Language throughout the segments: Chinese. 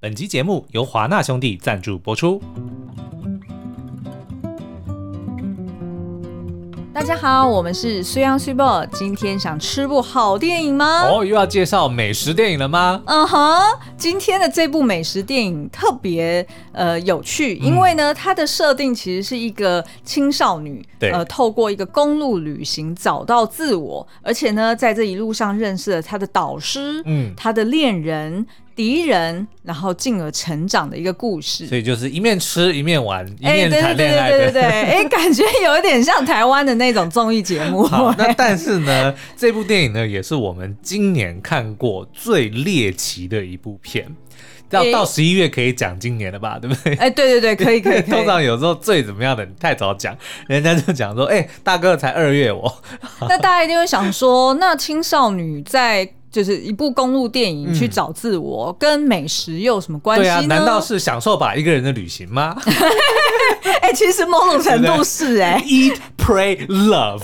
本集节目由华纳兄弟赞助播出。大家好，我们是虽阳虽报，今天想吃部好电影吗？哦，又要介绍美食电影了吗？嗯哼，今天的这部美食电影特别呃有趣，因为呢，它的设定其实是一个青少女，对呃，透过一个公路旅行找到自我，而且呢，在这一路上认识了她的导师，嗯，她的恋人、敌人，然后进而成长的一个故事。所以就是一面吃一面玩，一面哎对谈对对恋爱的。对对对，哎、感觉有一点像台湾的那种综艺节 目。好，那但是呢，这部电影呢，也是我们今年看过最猎奇的一部片。到诶到十一月可以讲今年了吧，对不对？哎、对 对对，可以可以可以。通常有时候最怎么样的，你太早讲，人家就讲说，哎、大哥才二月我， 那大家一定会想说，那青少女在就是一部公路电影去找自我，跟美食又有什么关系对呢？啊，难道是享受吧一个人的旅行吗 哎、其实某种对程不度对是哎、 ？Eat, pray, love，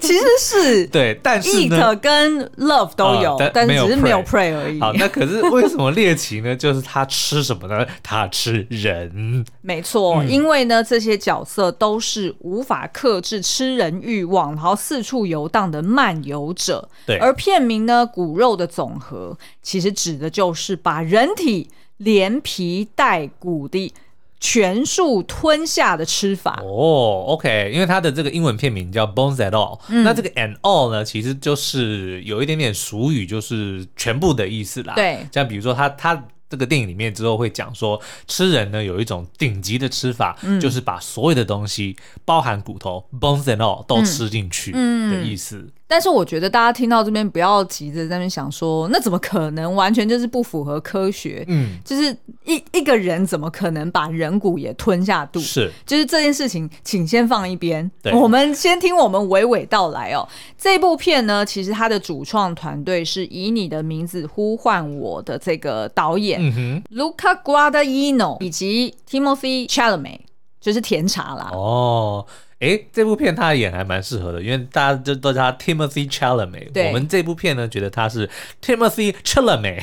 其实是对，但是呢， eat 跟 love 都有，啊但但没有只是没有 pray pray 而已。好，那可是为什么猎奇呢？ 就是他吃什么呢？他吃人。没错，嗯因为呢，这些角色都是无法克制吃人欲望，然后四处游荡的漫游者。对而片名呢，“骨肉的总和”其实指的就是把人体连皮带骨的全数吞下的吃法。哦，OK，因为它的这个英文片名叫 Bones at All，、那这个 and all 呢，其实就是有一点点俗语，就是全部的意思啦。对像比如说他他。这个电影里面之后会讲说，吃人呢有一种顶级的吃法，就是把所有的东西，包含骨头 （bones and all） 都吃进去的意思。但是我觉得大家听到这边不要急着在那边想说，那怎么可能？完全就是不符合科学。嗯，就是一一个人怎么可能把人骨也吞下肚？是就是这件事情，请先放一边对。我们先听我们娓娓道来哦。这部片呢，其实它的主创团队是以你的名字呼唤我的这个导演、嗯哼， Luca Guadagnino 以及 Timothy Chalamet，就是甜茶啦。 哦，诶，这部片他演还蛮适合的，因为大家就都叫他 Timothy Chalamet。对我们这部片呢，觉得他是 Timothy Chalamet。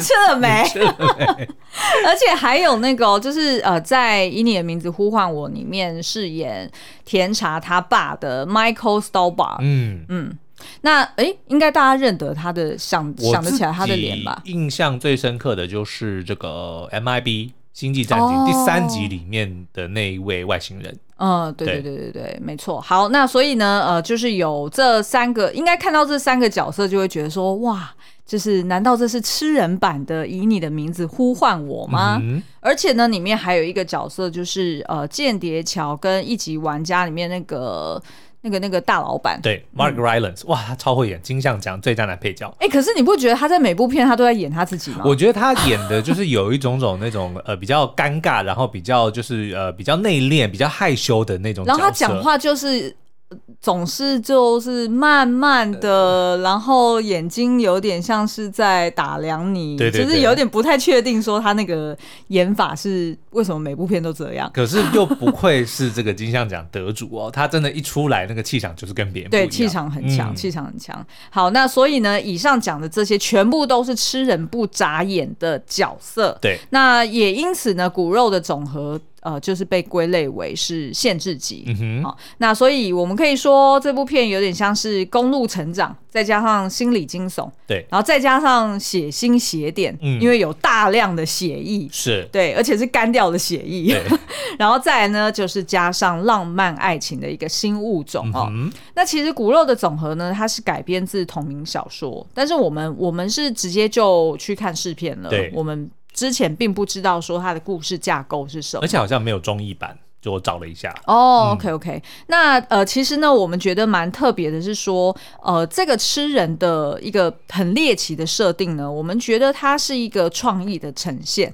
吃了没？嗯而且还有那个、哦，就是呃，在《以你的名字呼唤我》里面饰演甜茶他爸的 Michael Stolbar，、嗯，那诶，应该大家认得他的，想我想得起来他的脸吧？自己印象最深刻的就是这个 MIB《星际战警》哦第三集里面的那一位外星人。嗯，对对对对对对，没错。好，那所以呢，呃，就是有这三个，应该看到这三个角色就会觉得说，哇，就是难道这是吃人版的《以你的名字呼唤我》吗？嗯，而且呢，里面还有一个角色就是呃，《间谍桥》跟《一级玩家》里面那个那个那个大老板。对，Mark Rylance，哇，他超会演，金像奖最佳男配角。哎、可是你不觉得他在每部片他都在演他自己吗？我觉得他演的就是有一种种那种呃比较尴尬，然后比较就是呃比较内敛、比较害羞的那种角然色。后他讲话就是呃总是就是慢慢呃的，然后眼睛有点像是在打量你，对对对就是有点不太确定说他那个演法是为什么每部片都 这样。可是又不愧是这个金像奖得主哦，他真的，一出来那个气场就是跟别人不一对，样，气场很强，嗯气场很强。好，那所以呢，以上讲的这些全部都是吃人不眨眼的角色。对，那也因此呢，骨肉的总和呃，就是被归类为是限制级。嗯哼，好、那所以我们可以说这部片有点像是公路成长，再加上心理惊悚，对，然后再加上血腥血点，嗯因为有大量的血意， 是，对，而且是干掉的血意对， 然后再来呢，就是加上浪漫爱情的一个新物种哦。嗯，那其实《骨肉的总和》呢，它是改编自同名小说，但是我们我们是直接就去看试片了对，我们之前并不知道说它的故事架构是什么而。且好像没有综艺版，就我找了一下，哦、o k OK，那呃，其实呢，我们觉得蛮特别的是说，呃，这个吃人的一个很猎奇的设定呢，我们觉得它是一个创意的呈现，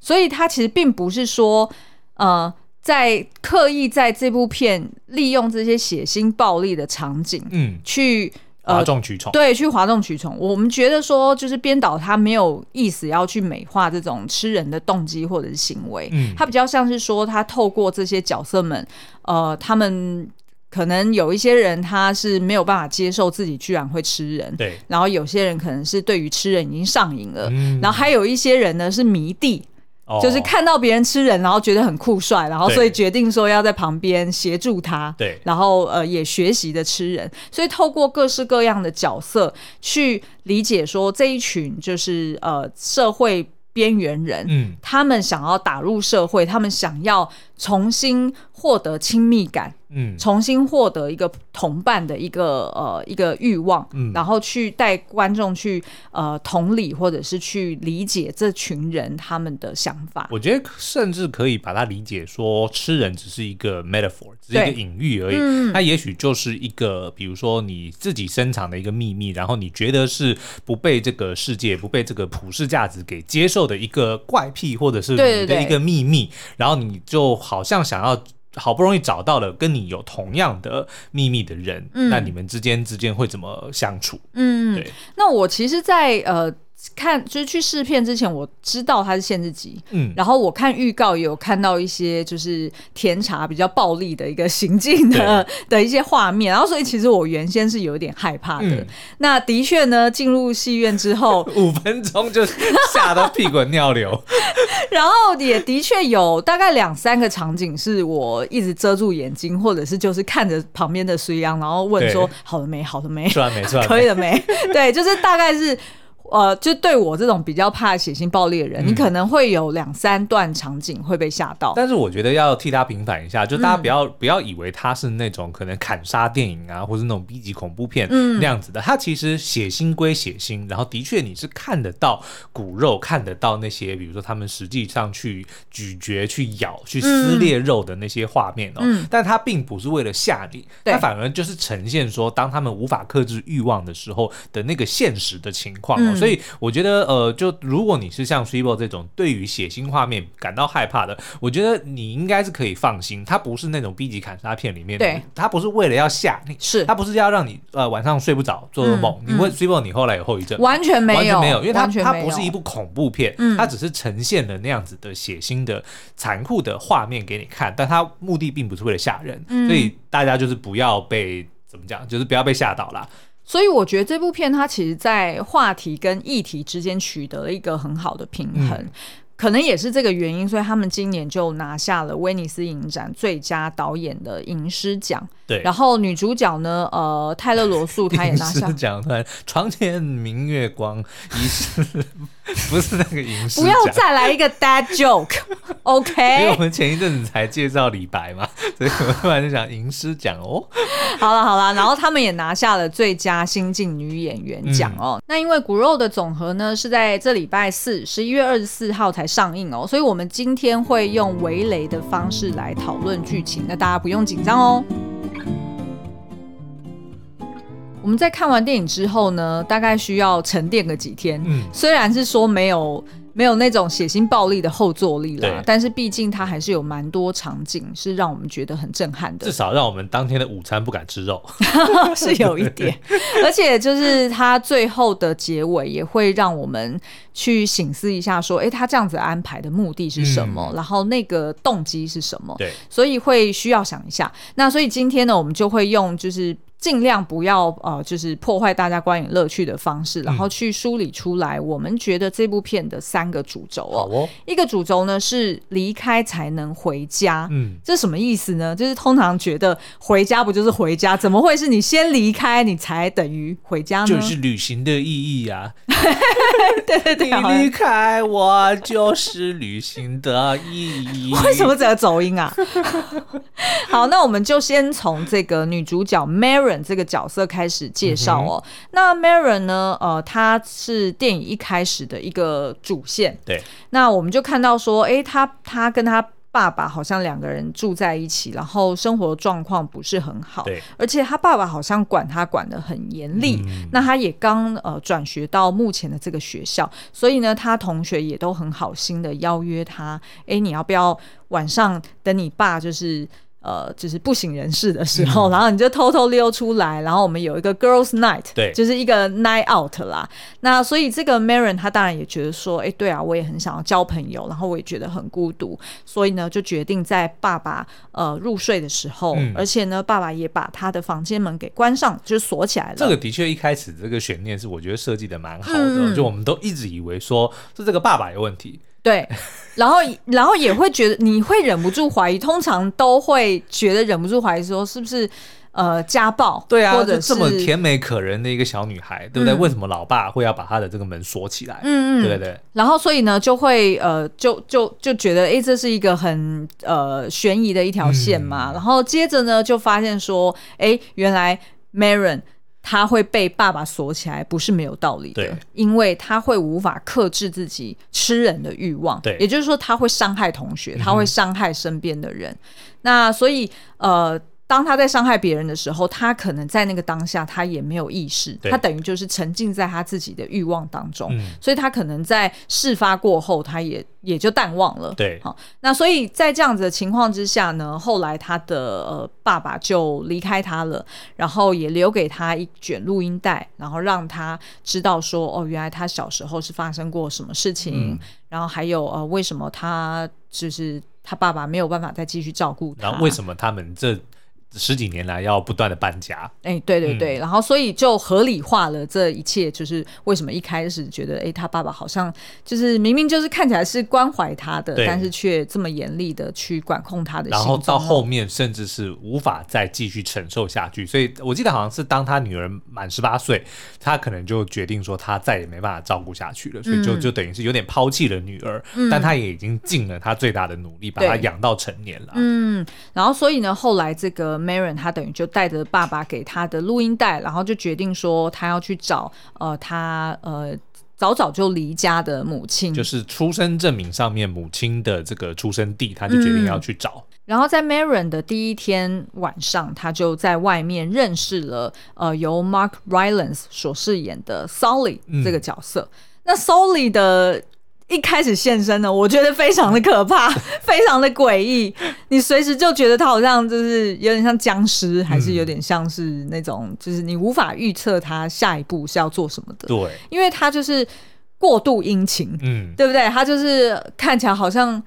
所以它其实并不是说，呃，在刻意在这部片利用这些血腥暴力的场景嗯，去呃哗众取宠，对，去哗众取宠。我们觉得说，就是编导他没有意思要去美化这种吃人的动机或者是行为，嗯他比较像是说，他透过这些角色们，呃，他们。可能有一些人他是没有办法接受自己居然会吃人，对，然后有些人可能是对于吃人已经上瘾了，嗯然后还有一些人呢是迷弟，哦就是看到别人吃人，然后觉得很酷帅，然后对所以决定说要在旁边协助他，对然后呃也学习的吃人，所以透过各式各样的角色去理解说这一群就是呃社会边缘人，嗯，他们想要打入社会，他们想要重新获得亲密感，嗯，重新获得一个同伴的一个呃一个欲望，嗯然后去带观众去呃同理或者是去理解这群人他们的想法。我觉得甚至可以把它理解说，吃人只是一个 metaphor，只是一个对嗯隐喻而已。它也许就是一个，比如说你自己深藏的一个秘密，然后你觉得是不被这个世界、不被这个普世价值给接受的一个怪癖，或者是对你对的对一个秘密，然后你就好像想要。好不容易找到了跟你有同样的秘密的人，嗯那你们之间之间会怎么相处？嗯，对，那我其实在，呃看就是去试片之前，我知道它是限制级。嗯，然后我看预告也有看到一些就是甜茶比较暴力的一个行径的 的一些画面，然后所以其实我原先是有点害怕的。嗯那的确呢，进入戏院之 后，五分钟就吓到屁滚尿流。 然后也的确有大概两三个场景是我一直遮住眼睛，或者是就是看着旁边的隋阳，然后问说对好了没，好了没，吃完没？吃完没 可以了没？对，就是大概是。呃，就对我这种比较怕血腥暴力的人，嗯你可能会有两三段场景会被吓到。但是我觉得要替他平反一下，就嗯大家不要、不要以为他是那种可能砍杀电影啊，或是那种 B 级恐怖片嗯那样子的。他其实血腥归血腥，然后的确你是看得到骨肉，看得到那些比如说他们实际上去咀嚼、去咬、去撕裂肉的那些画面哦。但他并不是为了吓你，嗯对他反而就是呈现说，当他们无法克制欲望的时候的那个现实的情况、哦。嗯所以我觉得，呃，就如果你是像 s h i b o 这种对于血腥画面感到害怕的，我觉得你应该是可以放心，它不是那种 B 级砍杀片里面的对，它不是为了要吓你，是它不是要让你呃晚上睡不着、做噩梦。嗯你问 s h i b o 你后来有后遗 症吗？完全没完有，全没有，因为它完全它没不是有嗯一部恐怖片，它只是呈现了那样子的血腥的、残酷的画面给你看，但它目的并不是为了吓人，嗯所以大家就是不要被怎么讲，就是不要被吓到啦。所以我觉得这部片它其实，在话题跟议题之间取得了一个很好的平衡。嗯可能也是这个原因，所以他们今年就拿下了威尼斯影展最佳导演的银狮奖。对，然后女主角呢，呃，泰勒·罗素她也 拿下影视。奖突然床前明月光，疑是不是那个影视不要奖？再来一个 dad joke，OK？、因为我们前一阵子才介绍李白嘛， 所以我突然就想吟诗奖哦，好了好了，然后他们也拿下了最佳新晋女演员奖嗯哦。那因为骨肉的总和呢是在这礼拜四十一月二十四号才上映哦，所以我们今天会用围雷的方式来讨论剧情，那大家不用紧张哦。我们在看完电影之后呢，大概需要沉淀个几天。嗯，虽然是说没有没有那种血腥暴力的后坐力啦对，但是毕竟它还是有蛮多场景是让我们觉得很震撼的至。少让我们当天的午餐不敢吃肉。 是有一 点，而且就是他最后的结尾也会让我们去醒思一下，说，诶，他这样子安排的目的是什么？然后那个动机是什么？嗯对，所以会需要想一下。那所以今天呢，我们就会用就是尽量不要呃，就是破坏大家观影乐趣的方嗯式，然后去梳理出来我们觉得这部片的三个主轴好哦。哦，一个主轴呢是离开才能回家，嗯，这什么意思呢？就是通常觉得回家不就是回家，怎么会是你先离开你才等于回家呢？就是旅行的意义啊， 对对对，你 好啊像离开我就是旅行的意义。 为什么？这个走音啊？ 好，那我们就先从这个女主角 Maren 这个角色开始介绍哦。嗯那 Maren 呢？呃，她是电影一开始的一个主线。对，那我们就看到说，诶，她她跟她爸爸好像两个人住在一起，然后生活状况不是很好。对，而且他爸爸好像管他管得很严厉。嗯那他也刚呃转学到目前的这个学校，所以呢，他同学也都很好心的邀约他，诶，你要不要晚上等你爸就是。呃，就是不省人事的时嗯候，然后你就偷偷溜出来，然后我们有一个 girls night，对就是一个 night out 啦。那所以这个 Marin 他当然也觉得说，哎，对啊，我也很想要交朋友，然后我也觉得很孤独，所以呢，就决定在爸爸呃入睡的时候，嗯而且呢，爸爸也把他的房间门给关上，就是锁起来了。这个的确一开始这个悬念是我觉得设计的蛮好的，嗯就我们都一直以为说是这个爸爸有问题，对，然后然后也会觉得你会忍不住怀疑，通常都会觉得忍不住怀疑说是不是呃家暴，对啊，或者就是这么甜美可人的一个小女孩，对不对？嗯为什么老爸会要把她的这个门锁起来？嗯嗯，对对对，然后所以呢，就会呃，就就就觉得，诶，这是一个很呃悬疑的一条线嘛。嗯然后接着呢，就发现说，诶，原来 Maron 他会被爸爸锁起来，不是没有道理的对，因为他会无法克制自己吃人的欲望，对嗯也就是说他会伤害同学，他会伤害身边的人。那所以呃。当他在伤害别人的时候，他可能在那个当下，他也没有意识，对他等于就是沉浸在他自己的欲望当中。嗯，所以他可能在事发过后，他也也就淡忘了。对好，那所以在这样子的情况之下呢，后来他的呃爸爸就离开他了，然后也留给他一卷录音带，然后让他知道说，哦，原来他小时候是发生过什么事情，嗯然后还有呃为什么他就是他爸爸没有办法再继续照顾他，然后为什么他们这十几年来要不断的搬家？哎、对对嗯对，然后所以就合理化了这一切，就是为什么一开始觉得，哎、他爸爸好像就是明明就是看起来是关怀他的，对但是却这么严厉的去管控他的行然踪。后到后面甚至是无法再继续承受下去，所以我记得好像是当他女儿满十八岁，他可能就决定说他再也没办法照顾下去了，所以就嗯就等于是有点抛弃了女儿，但他也已经尽了他最大的努力把对她养到成年了。嗯，然后所以呢，后来这个 Marin 他等于就带着爸爸给他的录音带，然后就决定说他要去找呃他呃早早就离家的母亲，就是出生证明上面母亲的这个出生地，他就决嗯定要去找。然后在 Marin 的第一天晚上，他就在外面认识了呃由 Mark Rylance 所饰演的 Sully 嗯这个角色。那 Sully 的一开始现身呢，我觉得非常的可 怕，非常的诡异。你随时就觉得他好像就是有点像僵尸，还是有点像是那种就是你无法预测他下一步是要做什么的，嗯对，因为他就是过度殷勤。嗯，对不对？他就是看起来好像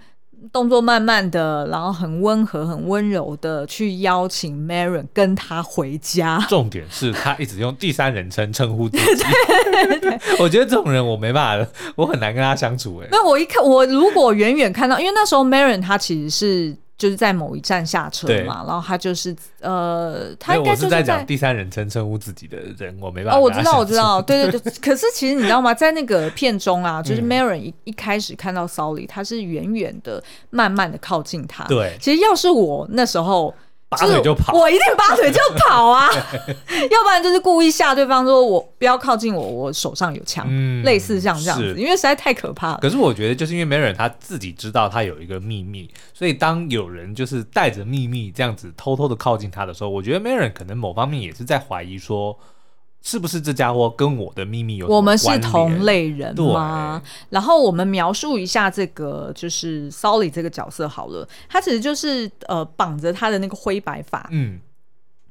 动作慢慢的，然后很温和、很温柔的去邀请 Marin 跟他回家。 重点是他一直用第三人称称呼自己。我觉得这种人我没办法，我很难跟他相处、欸。哎，那我一看，我如果远远看到，因为那时候 Marin 他其实是就是在某一站下车对嘛，然后他就是呃，他应因为该我就是是在讲第啊三人称称呼自己的人，我没办法。哦，我知道，我知。道， 对对对。可是其实你知道吗，在那个片中啊，就是嗯 Marin 一一开始看到 Sally，他是远远的、慢慢的靠近他。对其实要是我那时候。拔腿就跑是我一定拔腿就跑啊！ 要不然就是故意吓对方，说我不要靠近我，我手上有枪，嗯类似像这样子，是因为实在太可怕了。可是我觉得，就是因为梅人他自己知道他有一个秘密，所以当有人就是带着秘密这样子偷偷的靠近他的时候，我觉得梅人可能某方面也是在怀疑说，是不是这家伙跟我的秘密有什么我们是关联同类人对吗？然后我们描述一下这个就是 Sally 这个角色好了，他其实就是呃绑着他的那个灰白发，嗯，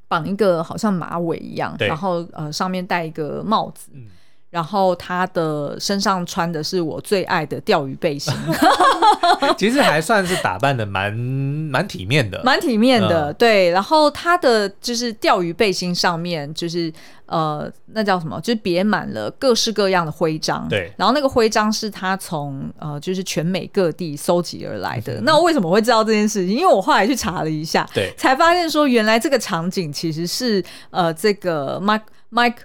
绑一个好像马尾一样，对然后呃上面戴一个帽子，嗯然后他的身上穿的是我最爱的钓鱼背心， 其实还算是打扮的蛮蛮体面的，蛮体面的，嗯对。然后他的就是钓鱼背心上面就是呃那叫什么，就是别满了各式各样的徽章，对然后那个徽章是他从呃就是全美各地搜集而来嗯的。那我为什么会知道这件事情？因为我后来去查了一下，对才发现说，原来这个场景其实是呃，这个 Mike Mike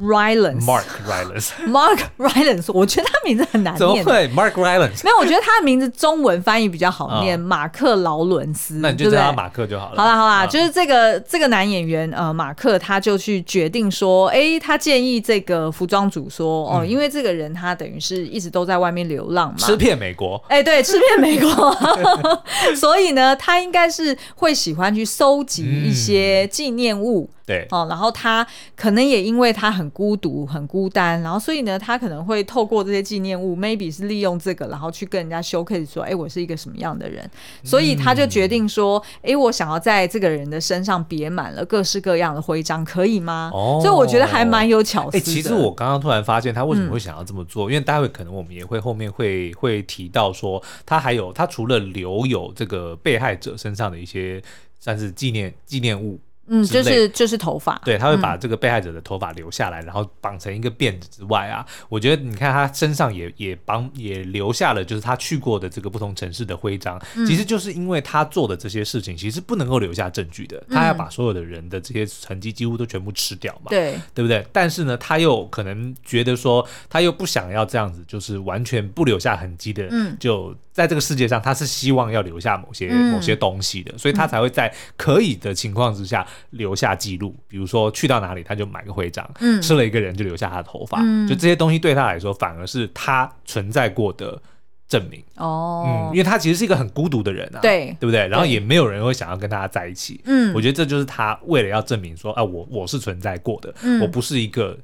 Rylance Mark Rylance， Mark Rylance，我觉得他名字很难怎么念。会 Mark Rylance？没有，我觉得他的名字中文翻译比较好念，啊马克劳伦斯，那你就对不叫对他马克就好了。好啦好啦，啊就是这个这个男演员呃马克他就去决定说，诶，他建议这个服装组说，哦，因为这个人他等于是一直都在外面流浪嘛，嗯吃遍美国，哎、对，吃遍美国， 嗯所以呢，他应该是会喜欢去收集一些纪念物。对，哦，然后他可能也因为他很孤独、很孤单，然后所以呢，他可能会透过这些纪念物，maybe 是利用这个，然后去跟人家 showcase 说，哎，我是一个什么样的人，所以他就决定说，哎，我想要在这个人的身上别满了各式各样的徽章，可以吗？哦所以我觉得还蛮有巧思哎、的。嗯其实我刚刚突然发现他为什么会想要这么做，因为待会可能我们也会后面会会提到说，他还有他除了留有这个被害者身上的一些算是纪念纪念物，嗯，之就类是就是头发，对，他会把这个被害者的头发留下来，然后绑成一个辫子之外啊，我觉得你看他身上也也绑也留下了，就是他去过的这个不同城市的徽章。其实就是因为他做的这些事情，其实不能够留下证据的，他要把所有的人的这些痕迹几乎都全部吃掉嘛。对，对不对？但是呢，他又可能觉得说，他又不想要这样子，就是完全不留下痕迹的，嗯就在这个世界上，他是希望要留下某些、嗯某些东西的，所以他才会在可以的情况之下留下记录，比如说去到哪里他就买个徽章，嗯吃了一个人就留下他的头发，嗯就这些东西对他来说反而是他存在过的证明，嗯，哦因，为他其实是一个很孤独的人啊，对对不对？然后对也没有人会想要跟他在一起，嗯我觉得这就是他为了要证明说，啊，我我是存在过的，嗯我不是一个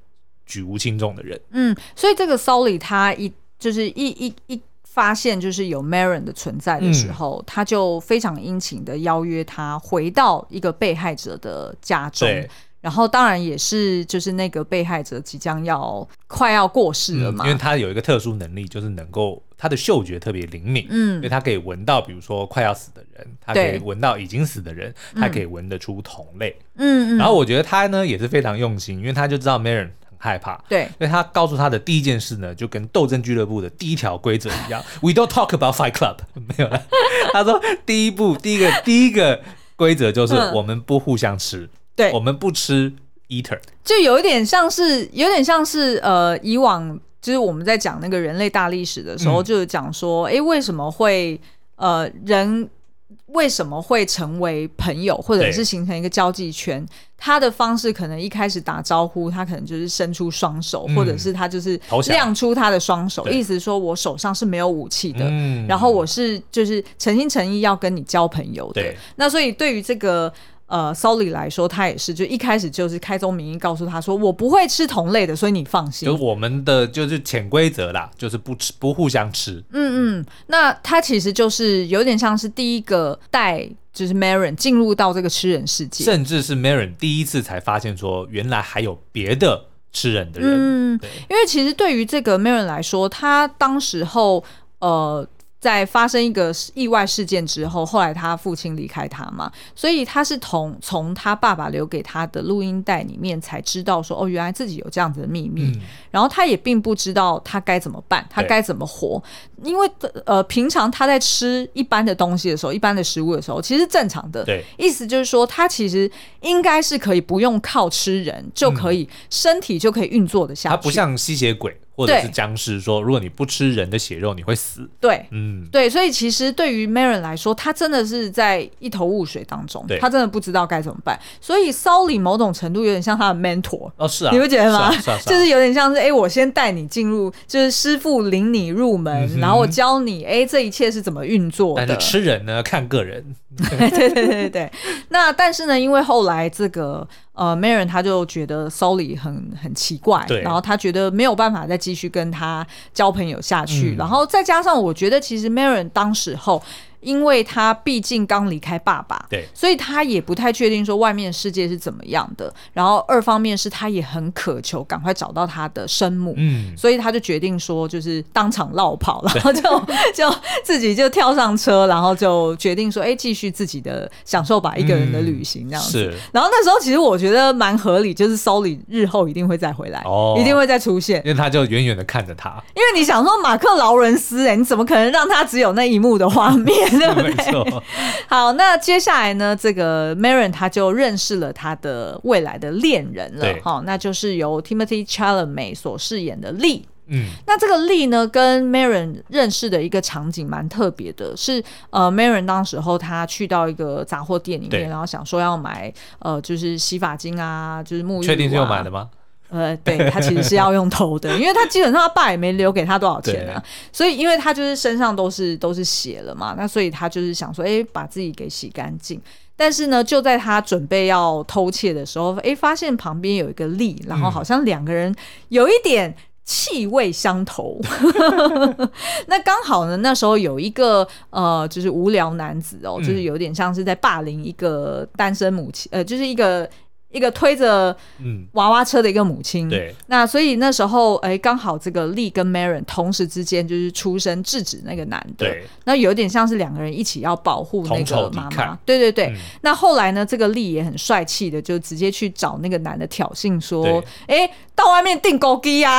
举无轻重的人。嗯，所以这个 Solly 他一就是一一一发现就是有 Maron 的存在的时候，他就非常殷勤的邀约他回到一个被害者的家中。对，然后当然也是就是那个被害者即将要快要过世了嗯嘛，因为他有一个特殊能力，就是能够他的嗅觉特别灵敏，因为嗯他可以闻到，比如说快要死的人，他可以对闻到已经死的人，他可以闻得出同类。嗯嗯，然后我觉得他呢也是非常用心，因为他就知道 Marin 很害怕。对所以他告诉他的第一件事呢，就跟斗争俱乐部的第一条规则一样，We don't talk about Fight Club，没有了。他说第一步，第一个第一个规则就是嗯我们不互相吃，对我，们不吃 eater，就有一点像是有点像是呃以往。就是我们在讲那个人类大历史的时候，嗯就是讲说，诶，为什么会呃人为什么会成为朋友，或者对是形成一个交际圈？他的方式可能一开始打招呼，他可能就是伸出双手，嗯或者是他就是投降亮出他的双手，对意思是说我手上是没有武器的，嗯然后我是就是诚心诚意要跟你交朋友的对。那所以对于这个呃 Solly 来说，他也是就一开始就是开宗明义告诉他说，我不会吃同类的，所以你放心就。是我们的就是潜规则啦，就是不吃不互相吃，嗯嗯，那他其实就是有点像是第一个带就是 Marin 进入到这个吃人世界。甚至是 Marin 第一次才发现说，原来还有别的吃人的人。嗯对，因为其实对于这个 Marin 来说，他当时候呃。在发生一个意外事件之后，后来他父亲离开他嘛，所以他是从从他爸爸留给他的录音带里面才知道说，哦，原来自己有这样子的秘密。嗯然后他也并不知道他该怎么办，他该怎么活，因为呃，平常他在吃一般的东西的时候，一般的食物的时候，其实正常的。对，意思就是说，他其实应该是可以不用靠吃人就可以、身体就可以运作的下去。它嗯不像吸血鬼或者是对僵尸说，如果你不吃人的血肉，你会死。对。嗯，对，所以其实对于 Marin 来说，他真的是在一头雾水当中对，他真的不知道该怎么办。所以 Sally 某种程度有点像他的 mentor，哦，是啊，你不觉得吗？是啊是啊是啊就是有点像是，哎、我先带你进入，就是师傅领你入门，然后我教你，哎、这一切是怎么运作嗯但的是。吃人呢，看个人。对对对对对。那但是呢，因为后来这个呃，Marin 他就觉得 Solly 很很奇怪对，然后他觉得没有办法再继续跟他交朋友下去，嗯然后再加上我觉得其实 Marin 当时候。因为他毕竟刚离开爸爸，对所以他也不太确定说外面世界是怎么样的。然后二方面是他也很渴求赶快找到他的生母，嗯，所以他就决定说，就是当场落跑，然后就就 自己就跳上车，然后就决定说，哎、继续自己的享受吧，一个人的旅行这样子。嗯是然后那时候其实我觉得蛮合理，就是 Solly 日后一定会再回来，哦一定会再出现因，为他就远远的看着他，因为你想说马克劳伦斯、哎，你怎么可能让他只有那一幕的画面，对 不没对？错， 好，那接下来呢，这个 Marin 他就认识了他的未来的恋人了对，哈，那就是由 Timothy Chalamet 所饰演的 Lee。嗯，那这个丽呢，跟 Marin 认识的一个场景蛮特别的，是呃，Marin 当时候他去到一个杂货店里对面，然后想说要买呃，就是洗发精啊，就是沐浴、啊，确定是有买的？吗？呃，对他其实是要用偷的，因为他基本上他爸也没留给他多少钱啊，所以因为他就是身上都是都是血了嘛，那所以他就是想说，哎、把自己给洗干净。但是呢，就在他准备要偷窃的时候，哎，发现旁边有一个力，然后好像两个人有一点。气味相投， 那刚好呢。那时候有一个呃，就是无聊男子哦，就是有点像是在霸凌一个单身母亲，呃，就是一个一个推着嗯，娃娃车的一个母亲。对，那所以那时候，哎、刚好这个丽跟 Maron 同时之间就是出声制止那个男的，对，那有点像是两个人一起要保护那同仇个敌妈妈忾。对对对。嗯那后来呢，这个丽也很帅气的，就直接去找那个男的挑衅说：“哎、到外面订狗鸡 啊！”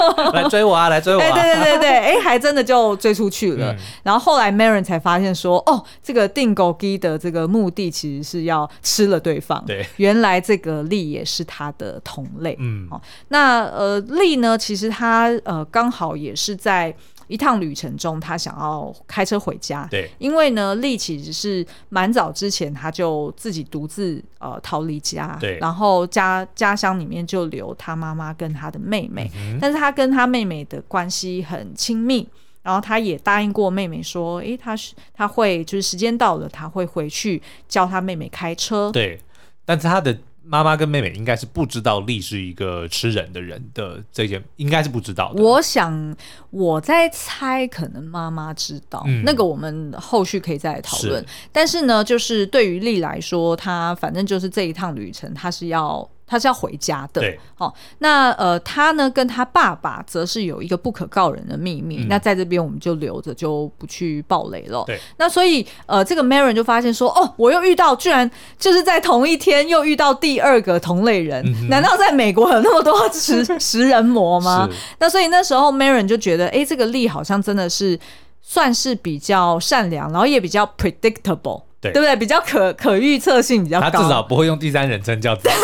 来追我啊，来追我哎、啊，对对对对，哎、还真的就追出去了。嗯然后后来 Maron 才发现说，哦，这个订狗鸡的这个目的其实是要吃了对方。对，原来这个丽也是他的同类。嗯好那呃，丽呢，其实她呃刚好也是在一趟旅程中，她想要开车回家。对，因为呢，丽其实是蛮早之前，她就自己独自呃逃离家，对然后家家乡里面就留她妈妈跟她的妹妹，嗯但是她跟她妹妹的关系很亲密，然后她也答应过妹妹说，诶，她是她会就是时间到了，她会回去教她妹妹开车，对，但是他的妈妈跟妹妹应该是不知道丽是一个吃人的人的这件，应该是不知道的。我想我在猜，可能妈妈知道、嗯那个，我们后续可以再来讨论是。但是呢，就是对于丽来说，她反正就是这一趟旅程，她是要她是要回家的。对，哦，那呃，她呢跟她爸爸则是有一个不可告人的秘密。嗯那在这边我们就留着，就不去爆雷了。对，那所以呃，这个 Maron 就发现说，哦，我又遇到，居然就是在同一天又遇到第二个同类人。嗯哼难道在美国有那么多 食食人魔吗？是那所以那时候 Maron 就觉得，哎、这个利好像真的是算是比较善良，然后也比较 predictable，对不对？比较可可预测性比较他至高，少不会用第三人称叫自己，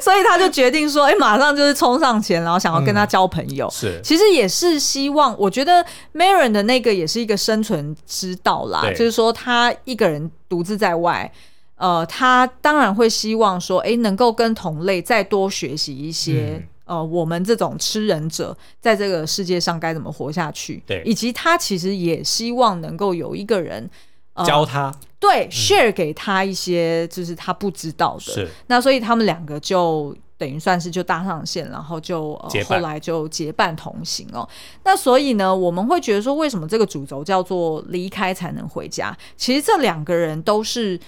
所以他就决定说，哎、马上就是冲上前，然后想要跟他交朋友。 是其实也是希望，我觉得 Maron 的那个也是一个生存之道啦，对就是说他一个人独自在外，呃，他当然会希望说，诶，能够跟同类再多学习一些。嗯呃，我们这种吃人者在这个世界上该怎么活下去？对以及他其实也希望能够有一个人教他对、share 嗯给他一些就是他不知道的，是那所以他们两个就等于算是就搭上线，然后就、结呃、后伴来就结伴同行哦。那所以呢，我们会觉得说，为什么这个主轴叫做离开才能回家？其实这两个人都是。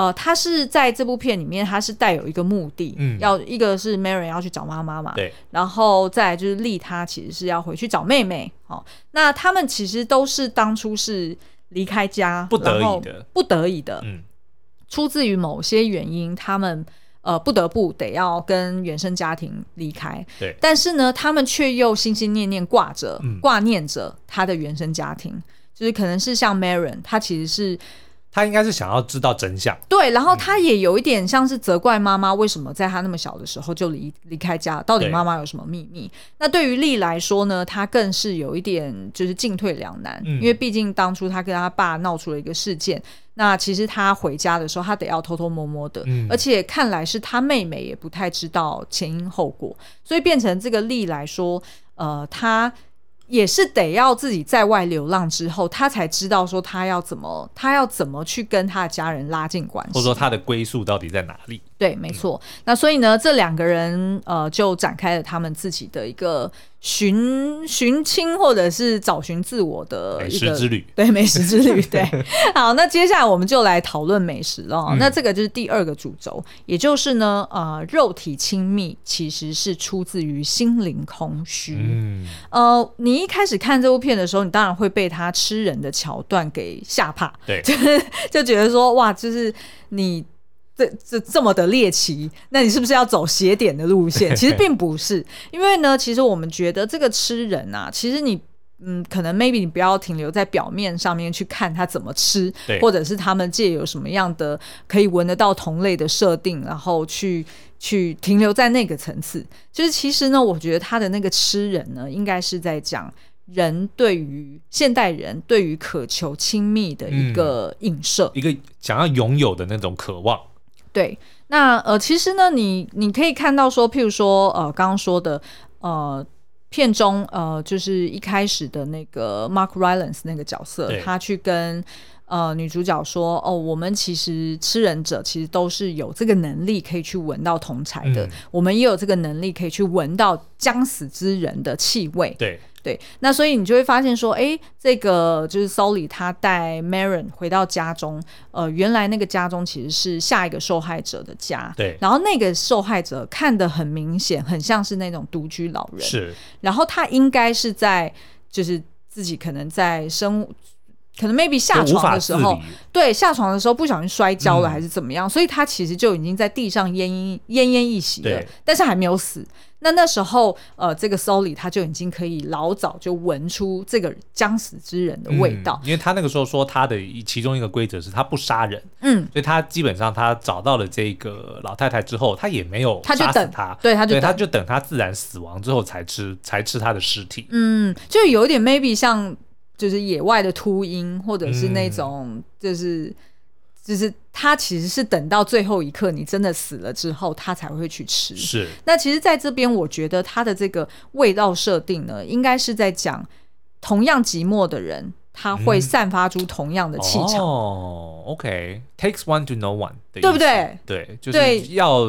呃，他是在这部片里面，他是带有一个目的，嗯要一个是 Mary 要去找妈妈嘛，对然后再来就是丽，她其实是要回去找妹妹。哦，那他们其实都是当初是离开家，不得已的然后不得已的，嗯出自于某些原因，他们呃不得不得要跟原生家庭离开。对但是呢，他们却又心心念念挂着、嗯挂念着他的原生家庭，就是可能是像 Maron，他其实是他应该是想要知道真相，对，然后他也有一点像是责怪妈妈为什么在他那么小的时候就离离开家，到底对妈妈有什么秘密？那对于丽来说呢，她更是有一点就是进退两难，嗯因为毕竟当初她跟她爸闹出了一个事件，那其实她回家的时候，她得要偷偷摸摸的，嗯而且看来是她妹妹也不太知道前因后果，所以变成这个丽来说，呃，她。也是得要自己在外流浪之后，她才知道说她要怎么，她要怎么去跟她的家人拉近关系，或者说他的归宿到底在哪里？对，没错。那所以呢，这两个人呃，就展开了他们自己的一个寻寻亲或者是找寻自我的美呃一食个之旅，对美食之 旅。对，好，那接下来我们就来讨论美食了哦。嗯那这个就是第二个主轴，也就是呢，呃，肉体亲密其实是出自于心灵空虚。嗯，呃，你一开始看这部片的时候，你当然会被他吃人的桥段给吓怕，对就是就觉得说哇，就是你这这这么的猎奇，那你是不是要走邪典的路线？其实并不是，因为呢，其实我们觉得这个吃人啊，其实你。嗯，可能 maybe 你不要停留在表面上面去看他怎么吃，对或者是他们借有什么样的可以闻得到同类的设定，然后去去停留在那个层次。就是其实呢，我觉得他的那个吃人呢，应该是在讲人对于现代人对于渴求亲密的一个映射。一个想要拥有的那种渴望，对，那呃，其实呢，你你可以看到说，譬如说呃，刚刚说的呃。片中呃，就是一开始的那个 Mark Rylance 那个角色对，他去跟呃女主角说：“哦，我们其实吃人者其实都是有这个能力可以去闻到铜柴的，嗯我们也有这个能力可以去闻到将死之人的气味。”对，对，那所以你就会发现说，诶，这个就是 Sully 他带 Marin 回到家中，呃，原来那个家中其实是下一个受害者的家，对然后那个受害者看得很明显，很像是那种独居老人，，是然后他应该是在就是自己可能在生，可能 maybe 就下无床法的时自候理，，对，下床的时候不小心摔跤了嗯还是怎么样，所以他其实就已经在地上奄奄奄奄一息了对，但是还没有死。那那时候，呃，这个 Soli 他就已经可以老早就闻出这个将死之人的味道嗯。因为他那个时候说他的一其中一个规则是他不杀人，嗯，所以他基本上他找到了这个老太太之后，他也没有他就杀死等她对他就对，他等就等她自然死亡之后才吃才吃她的尸体。嗯，就有一点 maybe 像就是野外的秃鹰，或者是那嗯种就是、就是他其实是等到最后一刻，你真的死了之后，他才会去吃。是那其实在这边，我觉得它的这个味道设定呢，应该是在讲同样寂寞的人，他会嗯散发出同样的气场。哦，OK，takes one to know one，的意思对不对？对，就对是要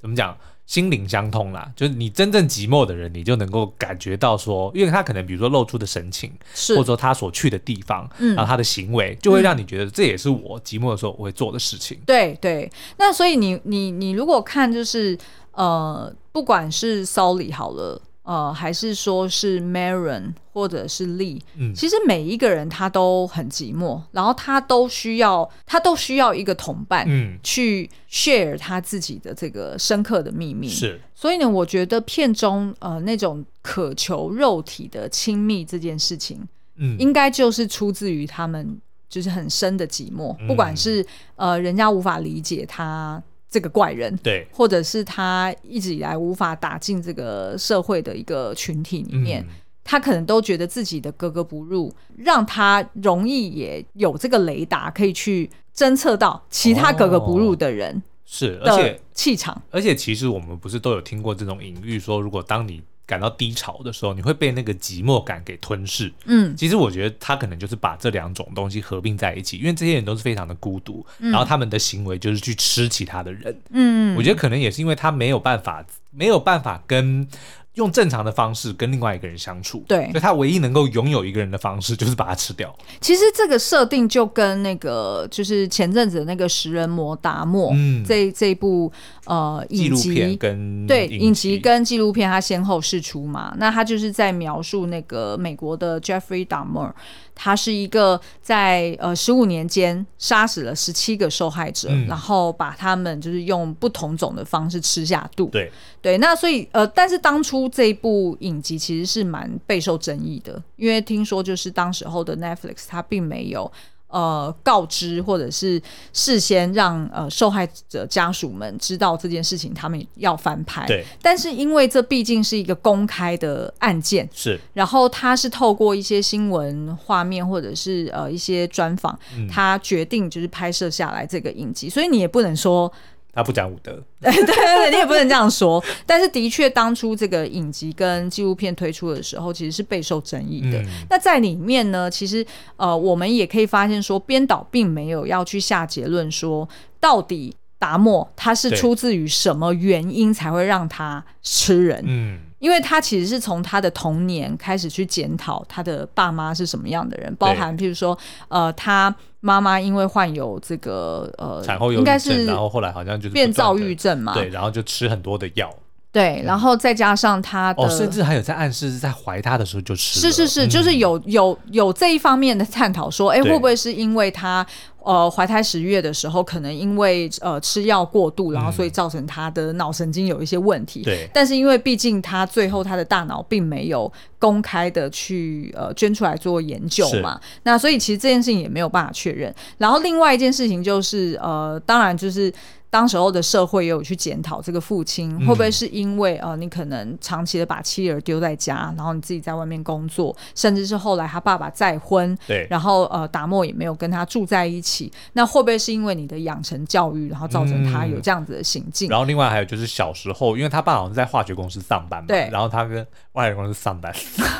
怎么讲？心灵相通啦，就是你真正寂寞的人，你就能够感觉到说，因为他可能比如说露出的神情，是或者说他所去的地方，嗯然后他的行为，就会让你觉得这也是我寂寞的时候我会做的事情。对对，那所以你你你如果看就是呃，不管是 Sally 好了，呃，还是说是 Maron 或者是 Lee，嗯其实每一个人他都很寂寞，然后他都需要他都需要一个同伴。嗯，去 share 他自己的这个深刻的秘密，是所以呢，我觉得片中呃那种渴求肉体的亲密这件事情，嗯，应该就是出自于他们就是很深的寂寞，嗯不管是呃人家无法理解他这个怪人。对，或者是他一直以来无法打进这个社会的一个群体里面，嗯他可能都觉得自己的格格不入，让他容易也有这个雷达可以去侦测到其他格格不入的人是，哦而且的气场。而且其实我们不是都有听过这种隐喻，说如果当你感到低潮的时候，你会被那个寂寞感给吞噬。嗯，其实我觉得他可能就是把这两种东西合并在一起，因为这些人都是非常的孤独，然后他们的行为就是去吃其他的人。嗯我觉得可能也是因为他没有办法，没有办法跟。用正常的方式跟另外一个人相处，对所以他唯一能够拥有一个人的方式就是把他吃掉。其实这个设定就跟那个就是前阵子的那个《食人魔达莫》嗯这这一部呃纪影录片集。跟对，影影集跟纪录片它先后释出嘛，那它就是在描述那个美国的 Jeffrey Dahmer，他是一个在呃十五年间杀死了十七个受害者，嗯然后把他们就是用不同种的方式吃下肚。对对，那所以呃，但是当初这一部影集其实是蛮备受争议的，因为听说就是当时候的 Netflix 它并没有呃告知或者是事先让呃受害者家属们知道这件事情，他们要翻拍。对但是因为这毕竟是一个公开的案件，是然后他是透过一些新闻画面或者是呃一些专访，嗯他决定就是拍摄下来这个影集，所以你也不能说他不讲武德，对对对，你也不能这样说。但是的确，当初这个影集跟纪录片推出的时候，其实是备受争议的。嗯那在里面呢，其实呃，我们也可以发现说，编导并没有要去下结论说到底达莫他是对出自于什么原因才会让他吃人。嗯，因为他其实是从他的童年开始去检讨他的爸妈是什么样的人，包含譬如说，呃，他妈妈因为患有这个呃，产后忧应郁该症，是然后后来好像就是变不断躁地郁症啊嘛，对，然后就吃很多的药，对，然后再加上他的，嗯哦，甚至还有在暗示在怀他的时候就吃了，是是是，就是有有有这一方面的探讨，说，哎，哦嗯对会不会是因为他呃怀胎十月的时候，可能因为呃吃药过度，然后所以造成他的脑神经有一些问题。嗯对但是因为毕竟他最后他的大脑并没有公开的去呃捐出来做研究嘛，那所以其实这件事情也没有办法确认。然后另外一件事情就是呃，当然就是。当时候的社会也有去检讨这个父亲会不会是因为呃，你可能长期的把妻儿丢在家，然后你自己在外面工作，甚至是后来他爸爸再婚，对然后呃，达莫也没有跟他住在一起，那会不会是因为你的养成教育，然后造成他有这样子的行径？然后另外还有就是小时候，因为他爸好像在化学公司上班嘛，对然后他跟化学公司上班，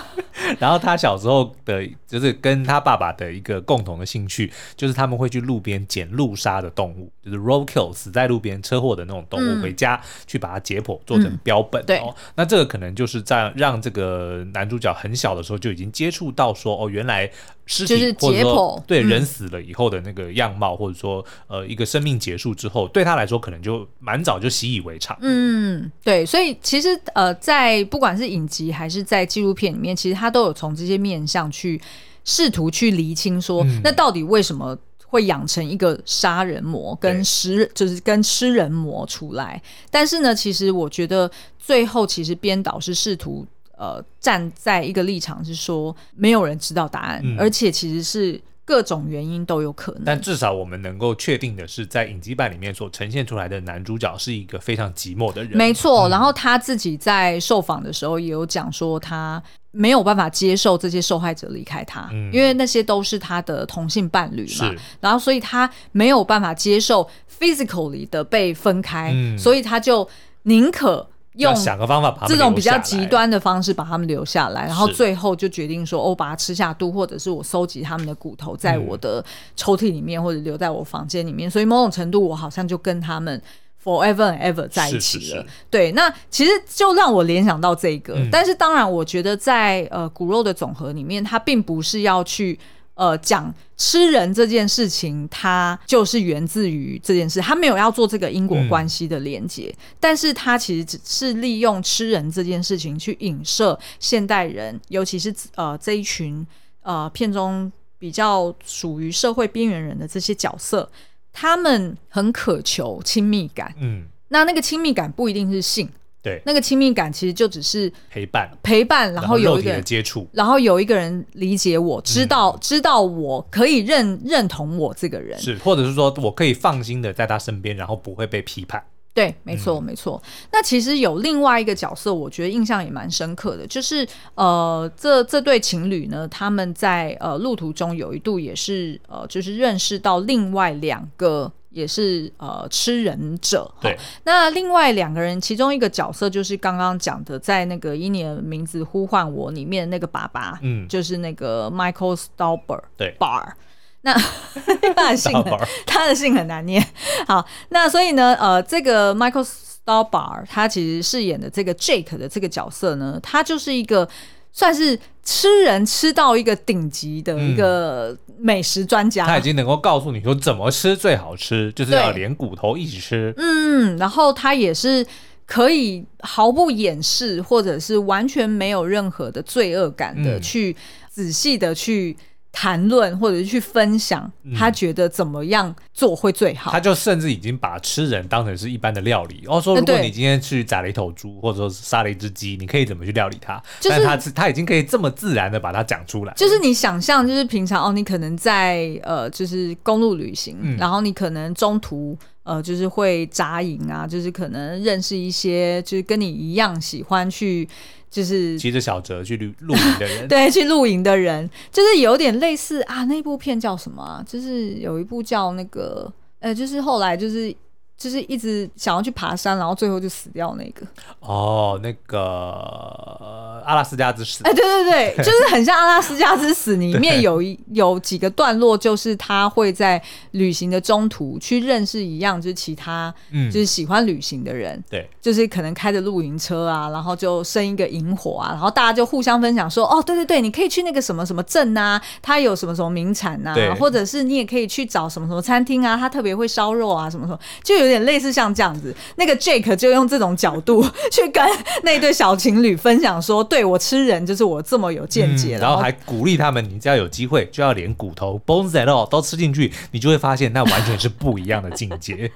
然后他小时候的，就是跟他爸爸的一个共同的兴趣，就是他们会去路边捡路杀的动物，就是 roadkill 死在路边车祸的那种动物，回家去把它解剖做成标本、对哦，那这个可能就是在让这个男主角很小的时候就已经接触到说，哦，原来尸体就是或者解说剖对嗯人死了以后的那个样貌，或者说呃一个生命结束之后，对他来说可能就蛮早就习以为常。嗯，对，所以其实呃，在不管是影集还是在纪录片里面，其实他都有从这些面向去试图去厘清说，嗯那到底为什么会养成一个杀人魔对跟食就是跟吃人魔出来？但是呢，其实我觉得最后其实编导是试图。呃，站在一个立场是说，没有人知道答案，嗯而且其实是各种原因都有可能。但至少我们能够确定的是，在影集版里面所呈现出来的男主角是一个非常寂寞的人。嗯没错，然后他自己在受访的时候也有讲说，他没有办法接受这些受害者离开他，嗯因为那些都是他的同性伴侣嘛是。然后，所以他没有办法接受 physically 的被分开，嗯所以他就宁可用要想个方法把他这们种留比较下来极，端的方式把他们留下来，然后是最后就决定说，哦，我把它吃下肚，或者是我收集他们的骨头，在我的嗯抽屉里面，或者留在我房间里面。所以某种程度，我好像就跟他们 forever and ever 在一起是了。是是对，那其实就让我联想到这个，嗯但是当然，我觉得在呃骨肉的总和里面，它并不是要去。呃，讲吃人这件事情，它就是源自于这件事，它没有要做这个因果关系的连接，但是它其实只是利用吃人这件事情去影射现代人，尤其是呃这一群呃片中比较属于社会边缘人的这些角色，他们很渴求亲密感，嗯，那那个亲密感不一定是性，对，那个亲密感其实就只是陪伴，陪伴，然后有肉一体个的嗯人，接触，然后有一个人理解我，知道、知道我可以认认同我这个人，是，或者是说我可以放心的在他身边，然后不会被批判。对，没错，没错。那其实有另外一个角色，我觉得印象也蛮深刻的，就是呃，这这对情侣呢，他们在呃路途中有一度也是呃，就是认识到另外两个也是呃吃人者。哈对，那另外两个人，其中一个角色就是刚刚讲的，在那个《以你的名字呼唤我》里面的那个爸爸，嗯就是那个 Michael Stauber，对，Bar。那 他的姓很 Stauber 他的姓很难念。好，那所以呢，呃，这个 Michael Stauber 他其实饰演的这个 Jake 的这个角色呢，他就是一个算是吃人吃到一个顶级的一个美食专家。嗯他已经能够告诉你说怎么吃最好吃，就是要对连骨头一起吃。嗯，然后他也是可以毫不掩饰，或者是完全没有任何的罪恶感的嗯去仔细的去谈论，或者是去分享嗯他觉得怎么样做会最好他。就甚至已经把吃人当成是一般的料理。哦，说呃如果对你今天去宰了一头猪，或者说是杀了一只鸡，你可以怎么去料理它？就是但他是他已经可以这么自然的把它讲出来，就是你想象，就是平常哦，你可能在呃，就是公路旅行，嗯然后你可能中途呃，就是会扎营啊，就是可能认识一些就是跟你一样喜欢去就是骑着小折去旅露营的人。 对，去露营的人，就是有点类似啊，那部片叫什么、啊？就是有一部叫那个，呃，就是后来就是就是一直想要去爬山，然后最后就死掉那个。哦，那个呃阿拉斯加之死哎、，对对对，就是很像《阿拉斯加之死》里面有一有几个段落，就是他会在旅行的中途去认识一样，就是其他嗯就是喜欢旅行的人，对，就是可能开着露营车啊，然后就生一个萤火啊，然后大家就互相分享说，哦，对对对，你可以去那个什么什么镇啊，它有什么什么名产呐、对啊，或者是你也可以去找什么什么餐厅啊，它特别会烧肉啊，什么什么，就有点类似像这样子。那个 Jake 就用这种角度 去跟那对小情侣分享说，对我吃人就是我这么有见解，哦嗯然后还鼓励他们，你只要有机会就要连骨头 bones at all 都吃进去，你就会发现那完全是不一样的境 界。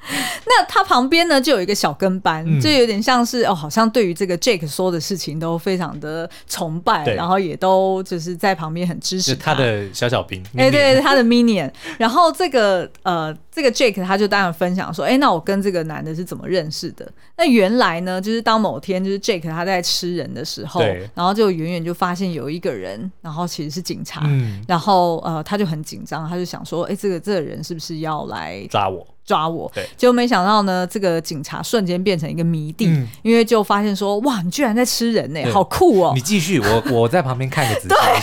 那他旁边呢，就有一个小跟班，嗯就有点像是哦，好像对于这个 Jake 说的事情都非常的崇拜，对然后也都就是在旁边很支就持他的小小兵，哎、对，他的 Minion。然后这个呃，这个 Jake 他就当然分享说，哎、那我我跟这个男的是怎么认识的。那原来呢，就是当某天就是 Jake 他在吃人的时候对，然后就远远就发现有一个人，然后其实是警察，嗯，然后呃他就很紧张，他就想说，哎、这个这个人是不是要来抓我，抓我对？结果没想到呢，这个警察瞬间变成一个迷弟，嗯因为就发现说，哇，你居然在吃人呢、对好酷哦你！继续，我 我在旁边看个仔细。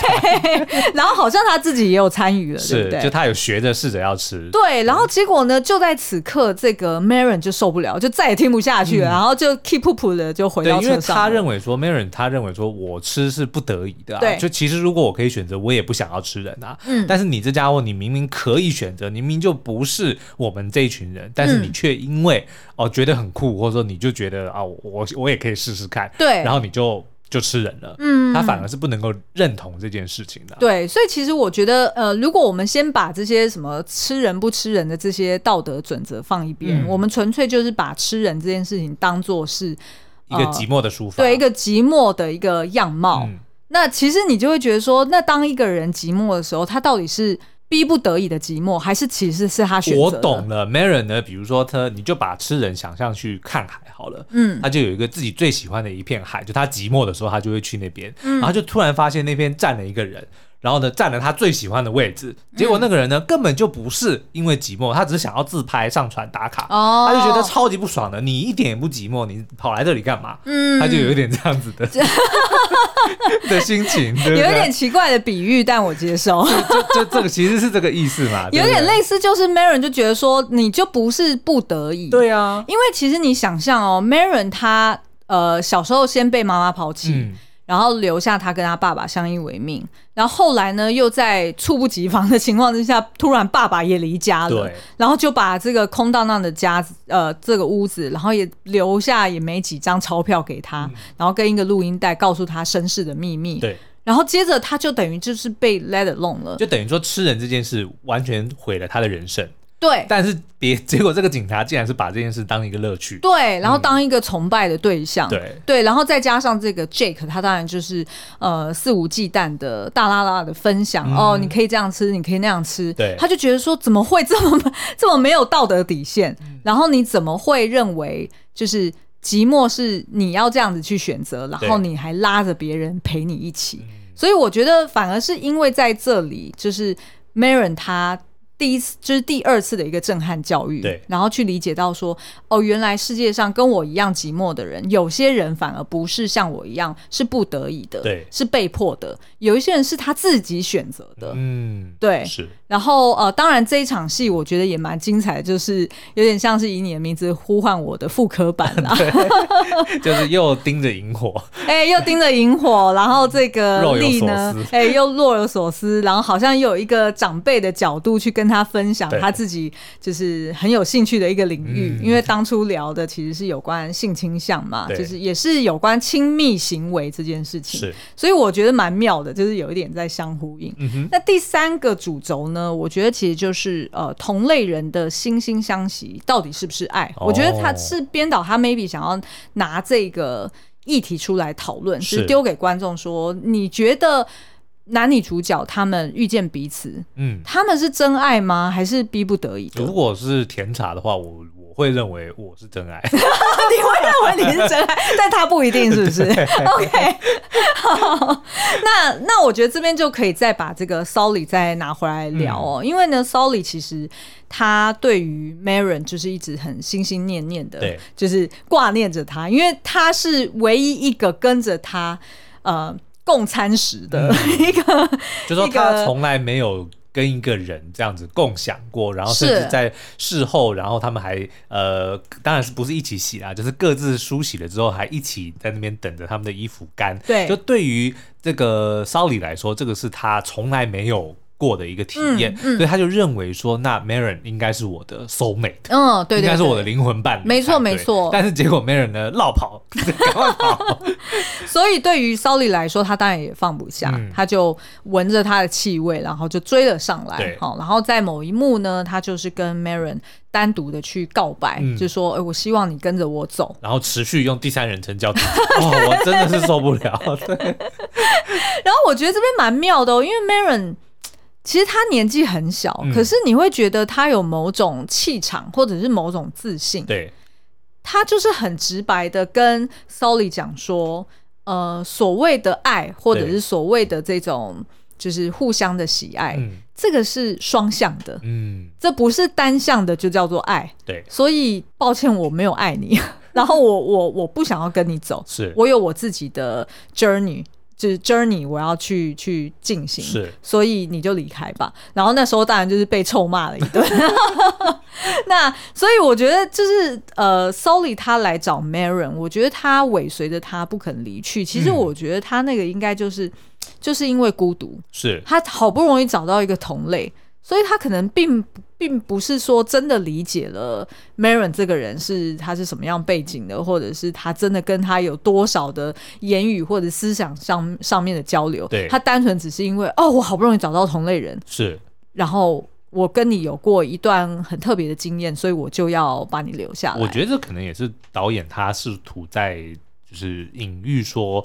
然后好像他自己也有参与了，对是不，对？就他有学着试着要吃，对，然后结果呢？就在此刻，这个 Maron 就受不了，就再也听不下去了，然后就 keep up 的就回嗯对到，因为车上了。哦他认为说 m a r o n 他认为说我吃是不得已的、啊，对就其实如果我可以选择，我也不想要吃人啊。嗯但是你这家伙，你明明可以选择，你明明就不是我们这一群人，但嗯是你却因为哦、觉得很酷，或者说你就觉得啊，我我我也可以试试看，对然后你就就吃人了。嗯他反而是不能够认同这件事情的啊、对，所以其实我觉得，呃，如果我们先把这些什么吃人不吃人的这些道德准则放一边，嗯我们纯粹就是把吃人这件事情当做是一个呃寂寞的抒发，对一个寂寞的一个样貌。嗯那其实你就会觉得说，那当一个人寂寞的时候，他到底是逼不得已的寂寞，还是其实是他选择？我懂，了 m a r o n 呢，比如说他，你就把吃人想象去看海好了，嗯他就有一个自己最喜欢的一片海，就他寂寞的时候，他就会去那边，嗯然后就突然发现那边站了一个人。然后呢，占了他最喜欢的位置，嗯结果那个人呢，根本就不是因为寂寞，他只是想要自拍上传打卡，哦他就觉得超级不爽的。你一点也不寂寞，你跑来这里干嘛？嗯他就有一点这样子 的 的心情，对不有一对点？奇怪的比喻，但我接 受。就就这个其实是这个意思嘛，对有不点对。类似，就是 Maron 就觉得说，你就不是不得已，对啊，因为其实你想象哦，Maron 他呃小时候先被妈妈抛弃，嗯，然后留下他跟他爸爸相依为命，然后后来呢又在猝不及防的情况之下，突然爸爸也离家嗯了对，然后就把这个空荡荡的家子呃这个屋子，然后也留下也没几张钞票给他，然后跟一个录音带告诉他身世的秘密，嗯对。然后接着他就等于就是被 let alone 了，就等于说吃人这件事完全毁了他的人生，对。但是别结果这个警察竟然是把这件事当一个乐趣，对，然后当一个崇拜的对象，对然后再加上这个 Jake，他当然就是呃肆无忌惮的大啦啦的分享、哦，你可以这样吃，你可以那样吃，嗯对他就觉得说怎么会这么 这么没有道德底线？嗯然后你怎么会认为就是寂寞是你要这样子去选择，然对后你还拉着别人陪你一起？所以我觉得反而是因为在这里，就是 Maron 他第一次就是第二次的一个震撼教育，对然后去理解到说，哦，原来世界上跟我一样寂寞的人，有些人反而不是像我一样是不得已的，对是被迫的，有一些人是他自己选择的，嗯，对。是然后呃，当然这一场戏我觉得也蛮精彩的，就是有点像是以你的名字呼唤我的复刻版啊啦，就是又盯着萤火， 哎、又盯着萤火，然后这个若有丽所呢思，哎、又若有所思，然后好像又有一个长辈的角度去跟他分享对他自己就是很有兴趣的一个领域，嗯因为当初聊的其实是有关性倾向嘛，对就是也是有关亲密行为这件事情，是所以我觉得蛮妙的，就是有一点在相呼应。嗯哼，那第三个主轴呢，我觉得其实就是呃，同类人的惺惺相惜到底是不是爱？哦我觉得他是编导，他 maybe 想要拿这个议题出来讨论，是是丢给观众说，你觉得男女主角他们遇见彼此，嗯，他们是真爱吗？还是逼不得已的？如果是甜茶的话，我我会认为我是 真爱， 你会认为你是真爱， 但他不一定，是不是？OK，好，那那我觉得这边就可以再把这个 Solly 再拿回来聊哦，嗯因为呢，Solly 其实他对于 Maron 就是一直很心心念念的对，就是挂念着他，因为他是唯一一个跟着他呃共餐食的嗯 一个， 就说一个他从来没有。跟一个人这样子共享过，然后甚至是在事后，然后他们还呃，当然是不是一起洗啦，就是各自梳洗了之后，还一起在那边等着他们的衣服干，对就对于这个骚里来说，这个是他从来没有过的一个体验，嗯嗯所以他就认为说，那 Maron 应该是我的 soul mate。嗯，对对应该是对我的灵魂伴侣，没错才对没错但是结果 Maron 呢，绕跑， 赶快跑。所以对于 Sally 来说，他当然也放不下，嗯他就闻着他的气味，然后就追了上来对。好，然后在某一幕呢，他就是跟 Maron 单独的去告白，嗯就说：“哎、我希望你跟着我走。” 然后持续用第三人称叫自己， 哦，我真的是受不了。对，然后我觉得这边蛮妙的、哦，因为 Maron 其实他年纪很小，嗯可是你会觉得他有某种气场，或者是某种自 信。对，他就是很直白的跟 Sully 讲说，呃，所谓的爱，或者对是所谓的这种就是互相的喜爱，嗯这个是双向的，嗯，这不是单向的，就叫做爱。对，所以抱歉，我没有爱你， 然后我我我不想要跟你走，是我有我自己的 journey，就是 journey，我要去去进行。是所以你就离开吧。然后那时候当然就是被臭骂了一 顿。 那所以我觉得就是呃，Sully 他来找 Maron，我觉得他尾随着他不肯离去。其实嗯我觉得他那个应该就是、就是因为孤独，是，他好不容易找到一个同类，所以他可能并并不是说真的理解了 Maron 这个人是他是什么样背景的，或者是他真的跟他有多少的言语或者思想上上面的交流。对他单纯只是因为哦，我好不容易找到同类人，是然后我跟你有过一段很特别的经验，所以我就要把你留下来。我觉得这可能也是导演他试图在就是隐喻说，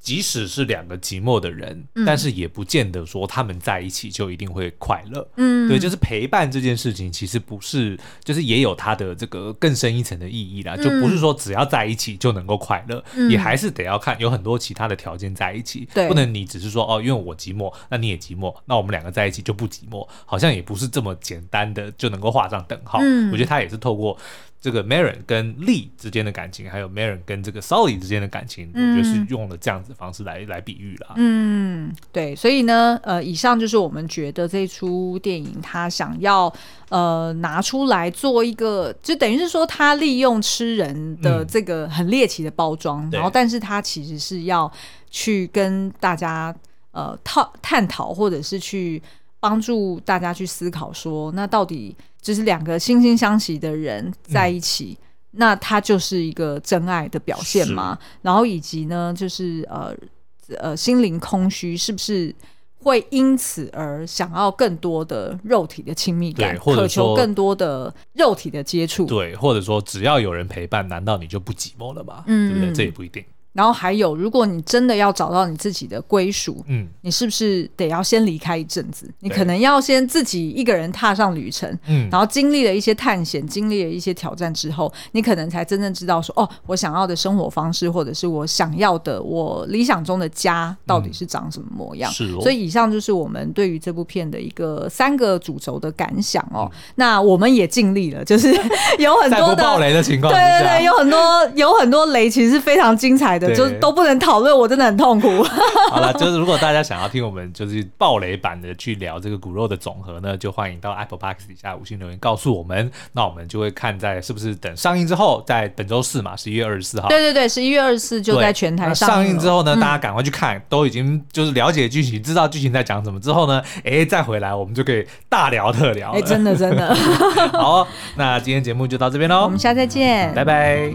即使是两个寂寞的人，嗯但是也不见得说他们在一起就一定会快乐。嗯，对，就是陪伴这件事情，其实不是，就是也有它的这个更深一层的意义啦，就嗯不是说只要在一起就能够快乐，也还是得要看有很多其他的条件在一起，对不能你只是说哦，因为我寂寞，那你也寂寞，那我们两个在一起就不寂寞，好像也不是这么简单的就能够画上等号。嗯我觉得他也是透过。这个 Maron 跟 Lee 之间的感情，还有 Maron 跟这个 Sully 之间的感情，我觉得是嗯用了这样子的方式来来比喻啦。嗯，对，所以呢，呃，以上就是我们觉得这出电影它想要呃拿出来做一个，就等于是说它利用吃人的嗯这个很猎奇的包装，对然后但是它其实是要去跟大家呃探探讨，或者是去帮助大家去思考说，那到底就是两个惺惺相惜的嗯人在一起。那它就是一个真爱的表现是吗？然后以及呢，就是呃，呃心灵空虚，是不是会因此而想要更多的肉体的亲密感，对或者渴求说更多的肉体的接触？对，或者说只要有人陪伴，难道你就不寂寞了吗？嗯对不对？这也不一定。然后还有，如果你真的要找到你自己的归属，嗯，你是不是得要先离开一阵子？你对可能要先自己一个人踏上旅程。嗯然，后经历了一些探险，经历了一些挑战之后，你可能才真正知道说，哦，我想要的生活方式，或者是我想要的我理想中的家到底是长什么模样。嗯是哦，所以以上就是我们对于这部片的一个三个主轴的感想哦。那我们也尽力了，就是 有很在多嗯不的暴。雷的情对况之对对，下，有很多有很多雷，其实非常精彩啊的，对就是都不能讨论，我真的很痛苦。好了，就是如果大家想要听我们就是暴雷版的去聊这个骨肉的总和呢，就欢迎到 Apple Box 底下五星留言告诉我们，那我们就会看在是不是等上映之后，在本周四嘛，十一月二十四号。 对对对，十一月二十四就对在全台那上映映了嗯之后呢，大家赶快去看，都已经就是了解剧情，知道剧情在讲什么之后呢，哎，再回来我们就可以大聊特聊哎，了。哦真的真的， 嗯好，那今天节目就到这边喽我，们下次再见，拜拜。